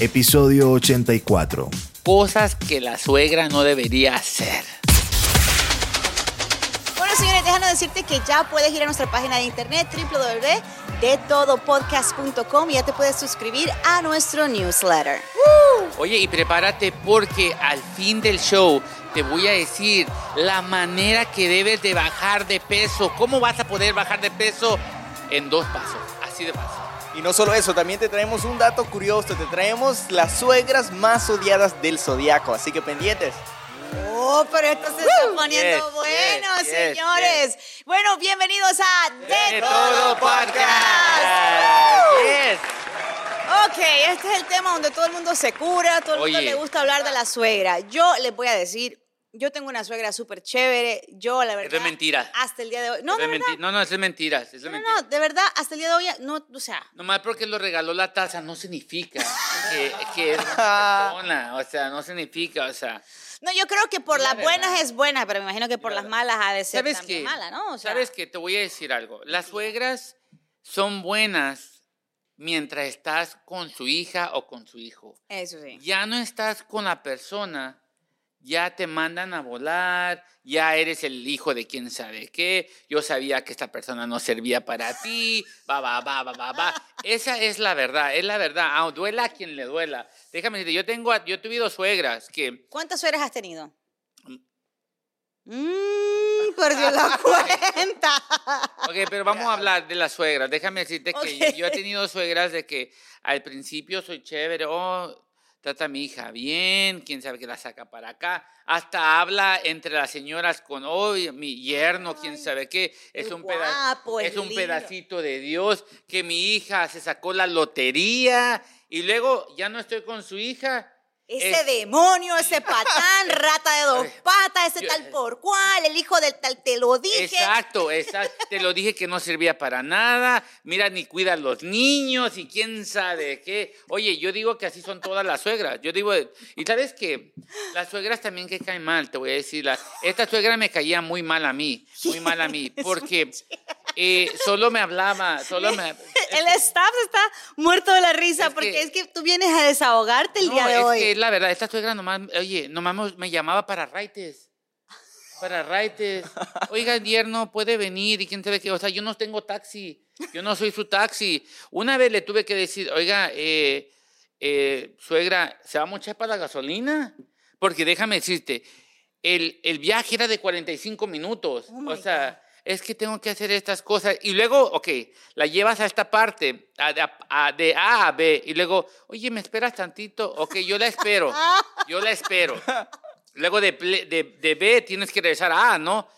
episodio 84. Cosas que la suegra no debería hacer. Bueno, señores, déjanos decirte que ya puedes ir a nuestra página de internet www.detodopodcast.com y ya te puedes suscribir a nuestro newsletter. Oye, y prepárate porque al fin del show te voy a decir la manera que debes de bajar de peso. ¿Cómo vas a poder bajar de peso? En dos pasos, así de fácil. Y no solo eso, también te traemos un dato curioso, te traemos las suegras más odiadas del zodiaco, así que pendientes. Oh, pero esto se está poniendo Yes, bueno, yes, yes, señores. Bueno, bienvenidos a De, Todo Podcast. Yes. Ok, este es el tema donde todo el mundo se cura, todo el Oye. mundo le gusta hablar de la suegra. Yo les voy a decir, yo tengo una suegra súper chévere, yo la verdad... de mentira. Hasta el día de hoy... No, Eso de es verdad, menti- no, no, eso es mentira. Eso es no, mentira. no, de verdad, hasta el día de hoy, no, o sea, Nomás porque lo regaló la taza no significa que, que es una persona. O sea, no significa, o sea. no, yo creo que por La las buenas verdad. es buena, pero me imagino que por las malas ha de ser ¿Sabes también qué? mala, ¿no? O sea, ¿Sabes qué? Te voy a decir algo. Las suegras son buenas mientras estás con su hija o con su hijo. Eso sí. Ya no estás con la persona, ya te mandan a volar, ya eres el hijo de quién sabe qué. Yo sabía que esta persona no servía para ti. Va, va, va, va, va, va. Esa es la verdad, es la verdad. Ah, duela a quien le duela. Déjame decirte, yo tengo, a- yo he tenido suegras que ¿Cuántas suegras has tenido? Mm. Mmm, perdió la cuenta. Ok, pero vamos a hablar de las suegras. Déjame decirte que Ok. yo, yo he tenido suegras de que al principio soy chévere, oh, trata a mi hija bien, quién sabe que la saca para acá. Hasta habla entre las señoras con, oh, mi yerno, quién sabe qué, es qué un, peda- guapo, es es un lindo". pedacito de Dios, que mi hija se sacó la lotería y luego ya no estoy con su hija. Ese Es- demonio, ese patán, rata de dos patas, ese yo- tal por cual, el hijo del tal, te lo dije. Exacto, exacto. Te lo dije que no servía para nada. Mira, ni cuida a los niños y quién sabe qué. Oye, yo digo que así son todas las suegras. Yo digo, y sabes que las suegras también que caen mal, te voy a decir. la- esta suegra me caía muy mal a mí, muy mal a mí, porque eh, solo me hablaba, solo me... El staff está muerto de la risa Es porque que- es que tú vienes a desahogarte el No, día de es hoy. que la verdad, esta suegra nomás, oye, nomás me- me llamaba para raites. Para raites. Oiga, yerno, puede venir y quién sabe qué. O sea, yo no tengo taxi. Yo no soy su taxi. Una vez le tuve que decir, oiga, eh, eh, suegra, ¿se va a mochar para la gasolina? Porque déjame decirte, el, el viaje era de 45 minutos. Oh my o sea, es que tengo que hacer estas cosas. Y luego, ok, la llevas a esta parte, a- de a- a- de A a B. Y luego, oye, ¿me esperas tantito? Ok, yo la espero. Yo la espero. Luego de, ple- de, de B tienes que regresar a A, ¿no?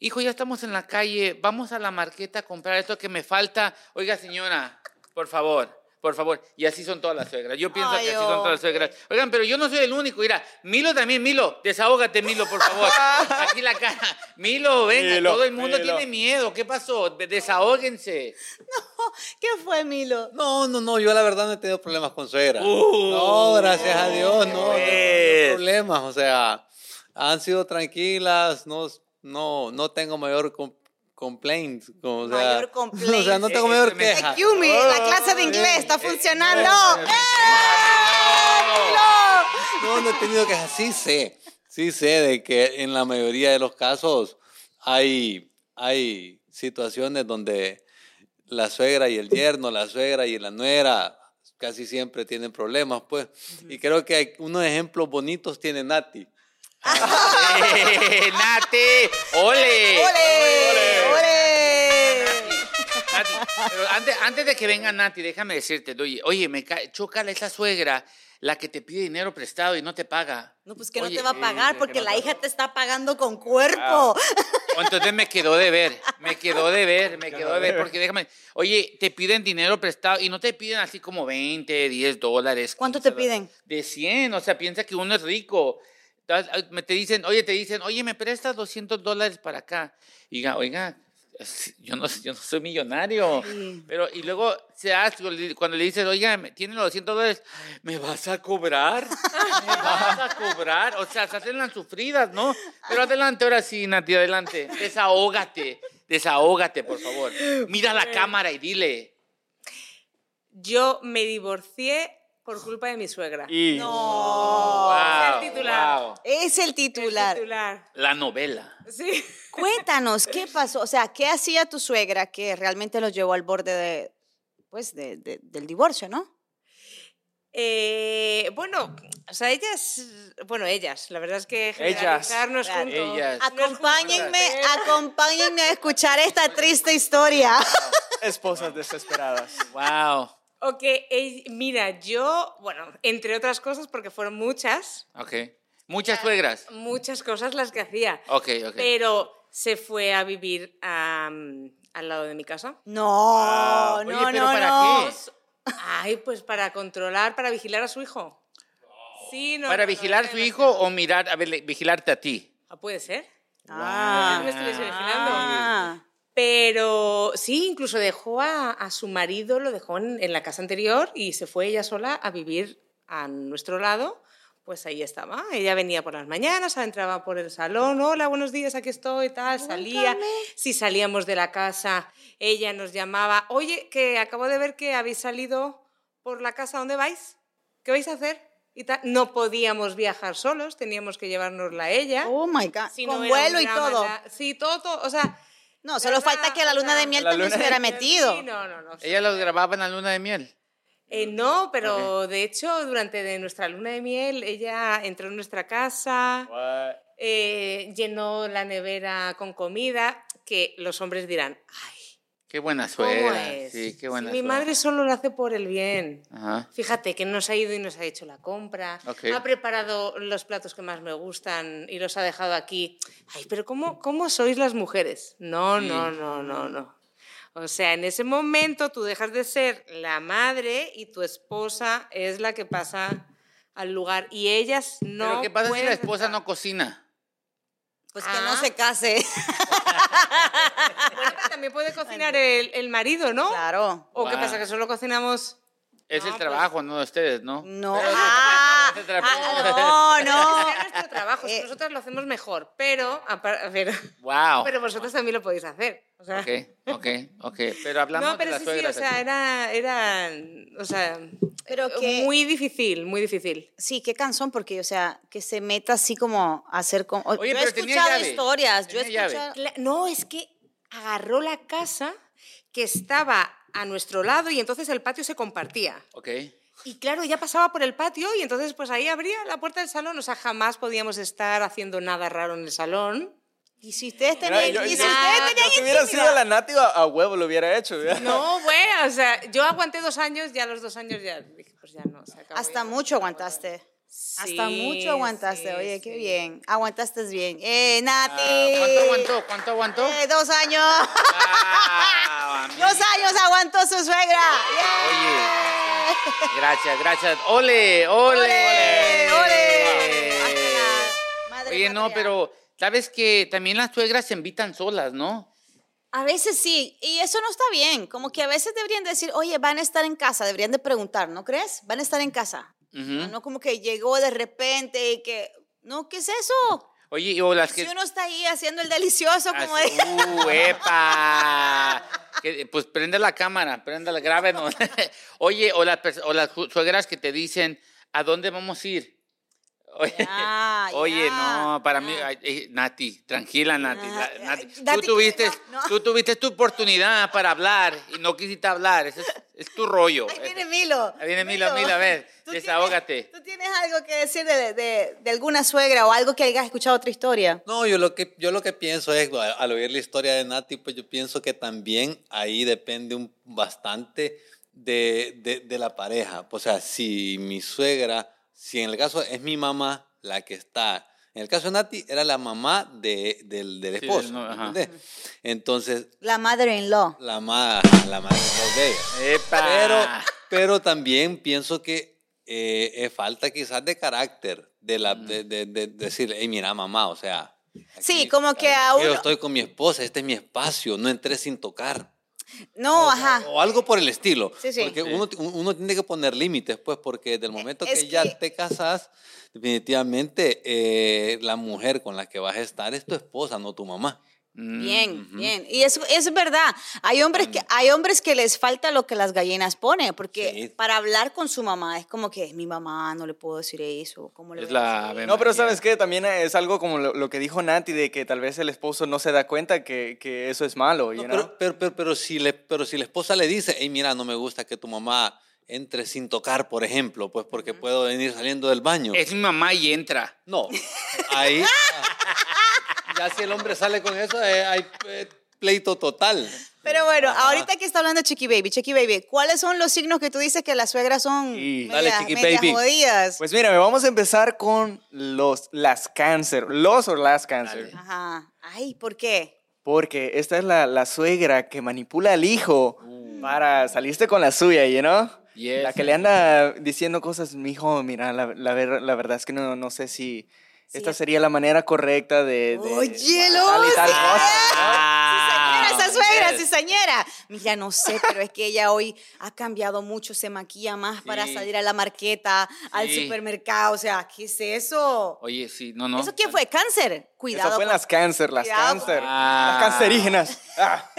Hijo, ya estamos en la calle, vamos a la marqueta a comprar esto que me falta. Oiga, señora, por favor, por favor. Y así son todas las suegras. Yo pienso Ay, que así son todas las suegras. Oigan, pero yo no soy el único. Mira, Milo también, Milo, desahógate, Milo, por favor. Aquí la cara. Milo, venga, Milo, todo el mundo Milo. tiene miedo. ¿Qué pasó? Desahóguense. ¿Qué fue, Milo? No, no, no, yo la verdad no he tenido problemas con suegra. no, gracias a Dios, no, no, no he pues. tenido problemas, o sea, han sido tranquilas, no, no, no tengo mayor com- complaint, como, o sea, Mayor complaint. o sea, no tengo Eh, mayor eso me- queja. Excuse me, la clase de inglés está funcionando. ¡Eh, No, no he tenido quejas, sí sé, sí sé de que en la mayoría de los casos hay, hay situaciones donde la suegra y el yerno, la suegra y la nuera casi siempre tienen problemas, pues. Y creo que hay unos ejemplos bonitos tiene Nati. Eh, Nate, ole. Milo! ¡Ole! ¡Ole! Nati, pero antes, antes de que venga Nati, déjame decirte, oye, oye me ca- chócala esa suegra, la que te pide dinero prestado y no te paga. No, pues que Oye, no te va a eh, pagar que porque no la te- hija te está pagando con cuerpo. O Entonces me quedó de ver, me quedó de ver, me quedó de ver, porque déjame, oye, te piden dinero prestado y no te piden así como 20, 10 dólares. ¿Cuánto 15 te piden? De 100, o sea, piensa que uno es rico. Das- ah, me- Te dicen, oye, te dicen, oye, me prestas 200 dólares para acá. Y diga, oiga, es- yo no, yo no soy millonario. Pero, y luego se hace, cuando le dices, oiga, me- ¿tienen los 200 dólares? ¿Me vas a cobrar? ¿Me vas a cobrar? O sea, se hacen las sufridas, ¿no? Pero adelante, ahora sí, Nati, adelante. Desahógate, desahógate, por favor. Mira la cámara y dile. Yo me divorcié por culpa de mi suegra. Y No. es el Wow, titular. wow. Es el El titular. titular. La novela. Sí. Cuéntanos, ¿qué pasó? O sea, ¿qué hacía tu suegra que realmente los llevó al borde de, pues, de- de- del divorcio, no? Eh, bueno, o sea, ellas, bueno, ellas, la verdad es que Ellas. generalizarnos Claro. juntos. Ellas. Acompáñenme, acompáñenme a escuchar esta triste historia. esposas desesperadas. Wow. O que, eh, mira, yo, bueno, entre otras cosas, porque fueron muchas, Ok. Muchas suegras. muchas cosas las que hacía, Ok, ok. Ah. pero se fue a vivir am, al lado de mi casa. No, Wow. no, Oye, pero no, ¿para no. qué? Ay, pues para controlar, para vigilar a su hijo. Sí, no, ¿Para no, no, vigilar no, a no, su no. hijo o mirar, a ver, le- vigilarte a ti? Ah, Puede ser. Ah. No me estuviese imaginando. Ah. Pero sí, incluso dejó a, a su marido, lo dejó en, en la casa anterior y se fue ella sola a vivir a nuestro lado. Pues ahí estaba. Ella venía por las mañanas, entraba por el salón, hola, buenos días, aquí estoy, tal, salía. Si salíamos de la casa, ella nos llamaba, oye, que acabo de ver que habéis salido por la casa, ¿a ¿dónde vais? ¿Qué vais a hacer? Y tal. No podíamos viajar solos, teníamos que llevárnosla a ella. Oh my God. Si no Con era vuelo un y drama, todo. ya. Sí, todo, todo. O sea, No, solo falta que la luna de miel La también se luna hubiera de metido. Sí, no, no, no. Ella los grababa en la luna de miel. Eh, no, pero de hecho, durante de nuestra luna de miel, ella entró en nuestra casa, eh, llenó la nevera con comida, que los hombres dirán, ay, Qué buena ¿cómo suegra. es? Sí, qué Si buena mi suegra. madre solo lo hace por el bien. Ajá. Fíjate que nos ha ido y nos ha hecho la compra, Ok. ha preparado los platos que más me gustan y los ha dejado aquí. Ay, pero ¿cómo, cómo sois las mujeres? No, Sí. no, no, no, no. O sea, en ese momento tú dejas de ser la madre y tu esposa es la que pasa al lugar y ellas no. Pero ¿qué pasa si pueden la esposa estar. no cocina? Pues que no Ah. se case. Bueno, pero Ah, también puede cocinar el, el marido, ¿no? Claro. ¿O qué Wow. pasa? Que solo cocinamos. Es No, el pues- trabajo, no de ustedes, ¿no? No. Pero- Ah, se trapó. ah, no, Es nuestro trabajo, si Eh. nosotros lo hacemos mejor, pero. apar- pero- Wow. Pero vosotros también lo podéis hacer. O sea, Oh. Ok, ok, ok. Pero hablamos no, pero de las sí, sí, o suegras. sea, aquí. era, era, o sea, Pero que- muy difícil, muy difícil. Sí, qué canción, porque, o sea, que se meta así como a hacer con. Oye, yo he pero tenía escuchado llave. historias, yo he Tenía llave. escuchado. Cla- No, es que agarró la casa que estaba a nuestro lado y entonces el patio se compartía. Ok. Y claro, ya pasaba por el patio y entonces pues ahí abría la puerta del salón, o sea, jamás podíamos estar haciendo nada raro en el salón. Y si ustedes Mira, tenían. yo- y si yo- nada, ustedes Yo si hubiera sido la nativa, a huevo lo hubiera hecho. ¿verdad? No, bueno, o sea, yo aguanté dos años, ya a los dos años ya dije, pues ya no, se acabó. Hasta ya. mucho aguantaste. Hasta Sí, mucho aguantaste. sí, Oye, qué sí. bien. Aguantaste bien. ¡Eh, Nati! Ah, ¿Cuánto aguantó? ¿Cuánto aguantó? Eh, dos años. Ah, dos años aguantó su suegra. Oye. Gracias, gracias. ¡Ole! ¡Ole! ¡Ole! ¡Ole! Hasta la madre Oye, no, patria. pero sabes que también las suegras se invitan solas, ¿no? A veces sí, y eso no está bien. Como que a veces deberían decir, oye, van a estar en casa, deberían de preguntar, ¿no crees? Van a estar en casa. Ujú. No como que llegó de repente y que, no, ¿qué es eso? Oye, y- o las que. Si uno está ahí haciendo el delicioso, como Así- dice. ¡Uh, epa! Que, pues prende la cámara, prende la, grábenos. Oye, o, las pers- o las ju- suegras que te dicen, ¿a dónde vamos a ir? Oye, Ah, Ya, oye, ya, no, para mí, ya. ay, eh, Nati, tranquila, Nati. Ah, la- Nati, ay, Nati, tú, tuviste, no, no. tú tuviste tu oportunidad para hablar y no quisiste hablar. Ese es, es tu rollo. Ahí viene Milo. Ahí viene Milo, Milo, a ver, ¿tú tienes- desahógate. ¿Tú tienes algo que decir de, de- de alguna suegra o algo que hayas escuchado otra historia? No, yo lo que yo lo que pienso es al, al oír la historia de Nati, pues yo pienso que también ahí depende un bastante de, de- de la pareja. O sea, si mi suegra, si en el caso es mi mamá la que está, en el caso de Nati era la mamá de- del, del Sí, esposo, del no- ajá. ¿entendés? Entonces La mother-in-law. la madre, la madre de ella. ¡Epa! Pero, pero también pienso que eh, eh, falta quizás de carácter, de, la, de, de- de- de decir, hey, mira, mamá, o sea. Sí, como que a Yo uno- estoy con mi esposa, este es mi espacio, no entré sin tocar. No, ajá. O algo por el estilo. Ah. Sí, sí. Porque uno, uno tiene que poner límites, pues, porque desde el momento es que, ya que- te casas, definitivamente eh, la mujer con la que vas a estar es tu esposa, no tu mamá. Bien, bien. Y es, es verdad. Hay hombres, que, hay hombres que les falta lo que las gallinas ponen, porque Mm. Sí. para hablar con su mamá es como que es mi mamá, no le puedo decir eso. ¿cómo le Es voy a la decir?" Ave No, pero María. ¿sabes qué? También es algo como lo, lo que dijo Nati, de que tal vez el esposo no se da cuenta que, que eso es malo, No, you know? pero, pero, pero, pero si le, pero si la esposa le dice, hey, mira, no me gusta que tu mamá entre sin tocar, por ejemplo, pues porque puedo venir saliendo del baño. Es mi mamá y entra. No, ahí. ya si el hombre sale con eso, eh, hay eh, pleito total. Pero bueno, ahorita que está hablando Chiqui Baby, Chiqui Baby, ¿cuáles son los signos que tú dices que las suegras son Sí. Dale, media- Chiqui media Baby. jodidas? Pues mira, vamos a empezar con los, las cáncer, los o las cáncer. Dale. Ajá. Ay, ¿por qué? Porque esta es la, la suegra que manipula al hijo para salirse con la suya, you know? Uh. Yes. La que le anda diciendo cosas, mijo, mira, la, la, ver- la verdad es que no, no sé si Sí, esta es- sería la manera correcta de... de Oye, tal lo y tal sí. Oh, cosa, Cizañera, Ah, esa suegra, yes. cizañera. Mira, no sé, pero es que ella hoy ha cambiado mucho, se maquilla más para Sí. salir a la marqueta, al Sí. supermercado. O sea, ¿qué es eso? Oye, sí, no, no. ¿Eso quién pues, fue? ¿Cáncer? ¿no? Cuidado. Esas fueron con- las cáncer, las Cuidado con- cáncer, Ah. las cancerígenas. Ah.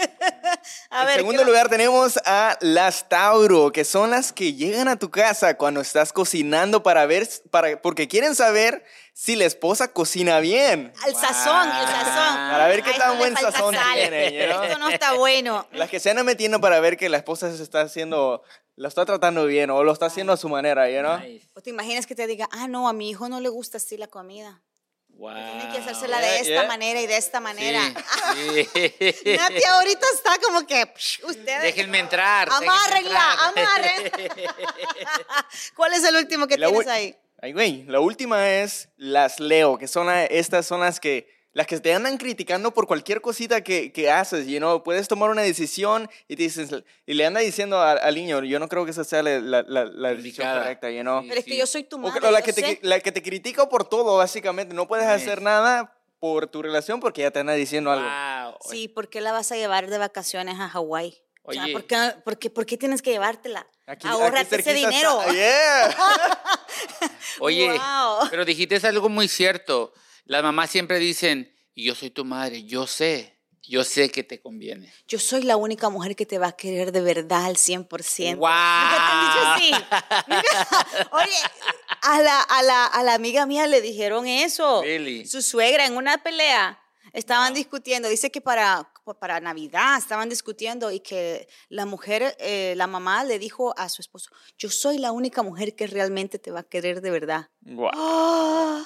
A en ver, segundo ¿qué va- lugar tenemos a las Tauro, que son las que llegan a tu casa cuando estás cocinando para ver, para, porque quieren saber si la esposa cocina bien. Al sazón, el sazón. Ah, Para ver qué A esto tan le buen falta sazón sal. tiene, ¿no? Esto no está bueno. Las que se andan metiendo para ver que la esposa se está haciendo, la está tratando bien o lo está haciendo a su manera, you know? Nice. ¿O te imaginas que te diga, ah, no, a mi hijo no le gusta así la comida? Tiene que Wow. hacérsela Ah, Yeah, de esta yeah. manera y de esta manera. Sí, sí. Nati ahorita está como que, psh, ustedes. Déjenme entrar. déjenme Amárrenla, entrar. amarren. ¿Cuál es el último que La tienes ul- ahí? Ay, güey, la última es las Leo, que son la- estas son las que las que te andan criticando por cualquier cosita que, que haces, you know, puedes tomar una decisión y te dices, y le anda diciendo a- al niño, yo no creo que esa sea la, la, la- la decisión Indicada. correcta, you know. Sí. Pero es que yo soy tu O madre. que- o la, yo que te, sé. cri- la que te critica por todo, básicamente, no puedes Sí. hacer nada por tu relación porque ya te anda diciendo algo. Wow. Sí, ¿por qué la vas a llevar de vacaciones a Hawái? O sea, Oye. ¿por qué, por, qué, por qué tienes que llevártela? Aquí- aquí Ahórrate ese cerquita está- dinero. Yeah. Oye, Wow. pero dijiste algo muy cierto. Las mamás siempre dicen, yo soy tu madre, yo sé, yo sé que te conviene. Yo soy la única mujer que te va a querer de verdad al 100%. Nunca ¡Guau! te han dicho así. Nunca- Oye, a la, a, la, a la amiga mía le dijeron eso. Really? Su suegra en una pelea estaban discutiendo. Dice que para, para Navidad estaban discutiendo y que la mujer, eh, la mamá le dijo a su esposo, yo soy la única mujer que realmente te va a querer de verdad. Guau. Ah.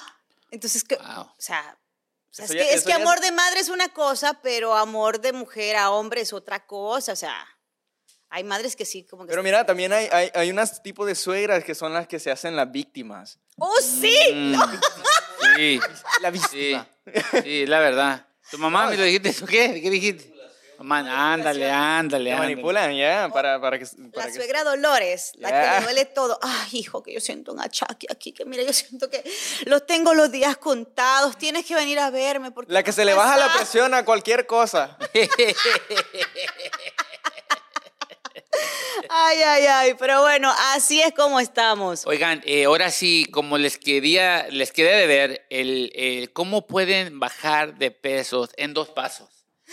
Entonces, que, Wow. o sea... o sea, es Eso que, ya- es eso que ya- amor de madre es una cosa, pero amor de mujer a hombre es otra cosa. O sea, hay madres que sí, como que Pero mira, también hay, hay, hay unos tipos de suegras que son las que se hacen las víctimas. ¡Oh, sí! Mm, Sí, La sí, víctima. sí, la verdad. ¿Tu mamá me lo dijiste eso qué? ¿Qué dijiste? Man, ándale, ándale, Te ándale. manipulan, ya, para, para que... para La que- suegra Dolores, la que Ya. le duele todo. Ay, hijo, que yo siento un achaque aquí, que mira, yo siento que los tengo los días contados, tienes que venir a verme. Porque La que se le baja la presión. presión a cualquier cosa. Ay, ay, ay, pero bueno, así es como estamos. Oigan, eh, ahora sí, como les quería, les quería de ver el, el cómo pueden bajar de pesos en dos pasos.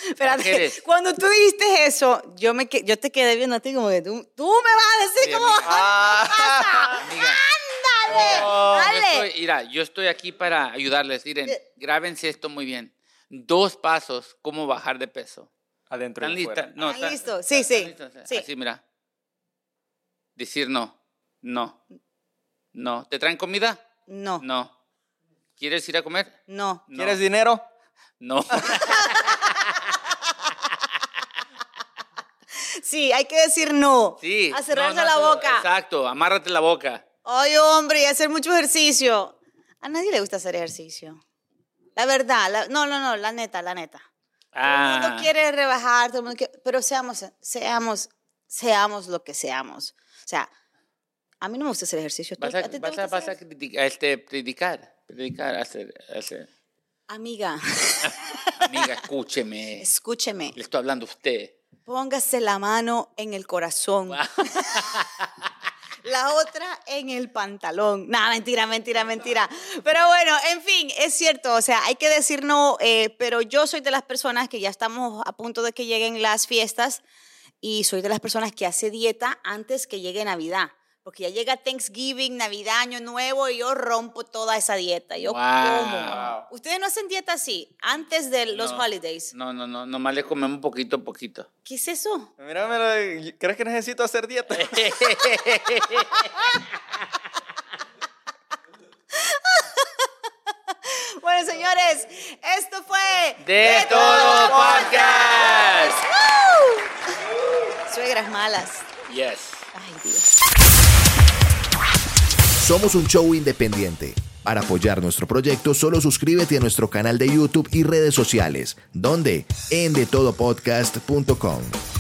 Espérate, mujeres. cuando tú dijiste eso, yo, me, que- yo te quedé viendo a ti como que tú, tú me vas a decir Sí, cómo amiga. bajar. Ah. Amiga, Dale, yo "Ah, dale. Eh. estoy, mira, yo estoy aquí para ayudarles. Miren, grábense esto muy bien. Dos pasos, cómo bajar de peso. Adentro ¿Están y fuera. listas? No, Ah, ¿están- listo. Sí, sí. ¿Están listas? Sí. Así, mira. Decir no. No. No. ¿Te traen comida? No, no, No. ¿Quieres ir a comer? no. No. ¿Quieres dinero? No. Sí, hay que decir no. Sí. A cerrarse No, no, la no, boca. Exacto. Amárrate la boca. Ay, hombre, y hacer mucho ejercicio. A nadie le gusta hacer ejercicio. La verdad, la- no, no, no, la neta, la neta. Todo el Ah. mundo quiere rebajar, todo el mundo quiere- pero seamos, seamos, seamos lo que seamos. O sea, a mí no me gusta hacer ejercicio. ¿Tú- Vas a, ti te vas a- gusta vas a hacer criticar, este, predicar. Predicar, hacer, hacer. Amiga, Amiga, escúcheme. escúcheme, Le estoy hablando a usted. póngase la mano en el corazón. la otra en el pantalón. Nada, mentira, mentira, mentira. Pero bueno, en fin, es cierto, o sea, hay que decir no, eh, pero yo soy de las personas que ya estamos a punto de que lleguen las fiestas y soy de las personas que hace dieta antes que llegue Navidad. Porque ya llega Thanksgiving, Navidad, Año Nuevo y yo rompo toda esa dieta. Yo Wow. como. Ustedes no hacen dieta así, antes de los No. holidays. No, no, no, nomás le comemos poquito a poquito. ¿Qué es eso? Mira, mira, ¿crees que necesito hacer dieta? Bueno, señores, esto fue ¡De todo podcast! ¡Woo! Suegras malas. Yes. Ay, Dios. Somos un show independiente. Para apoyar nuestro proyecto, solo suscríbete a nuestro canal de YouTube y redes sociales, donde en detodopodcast.com.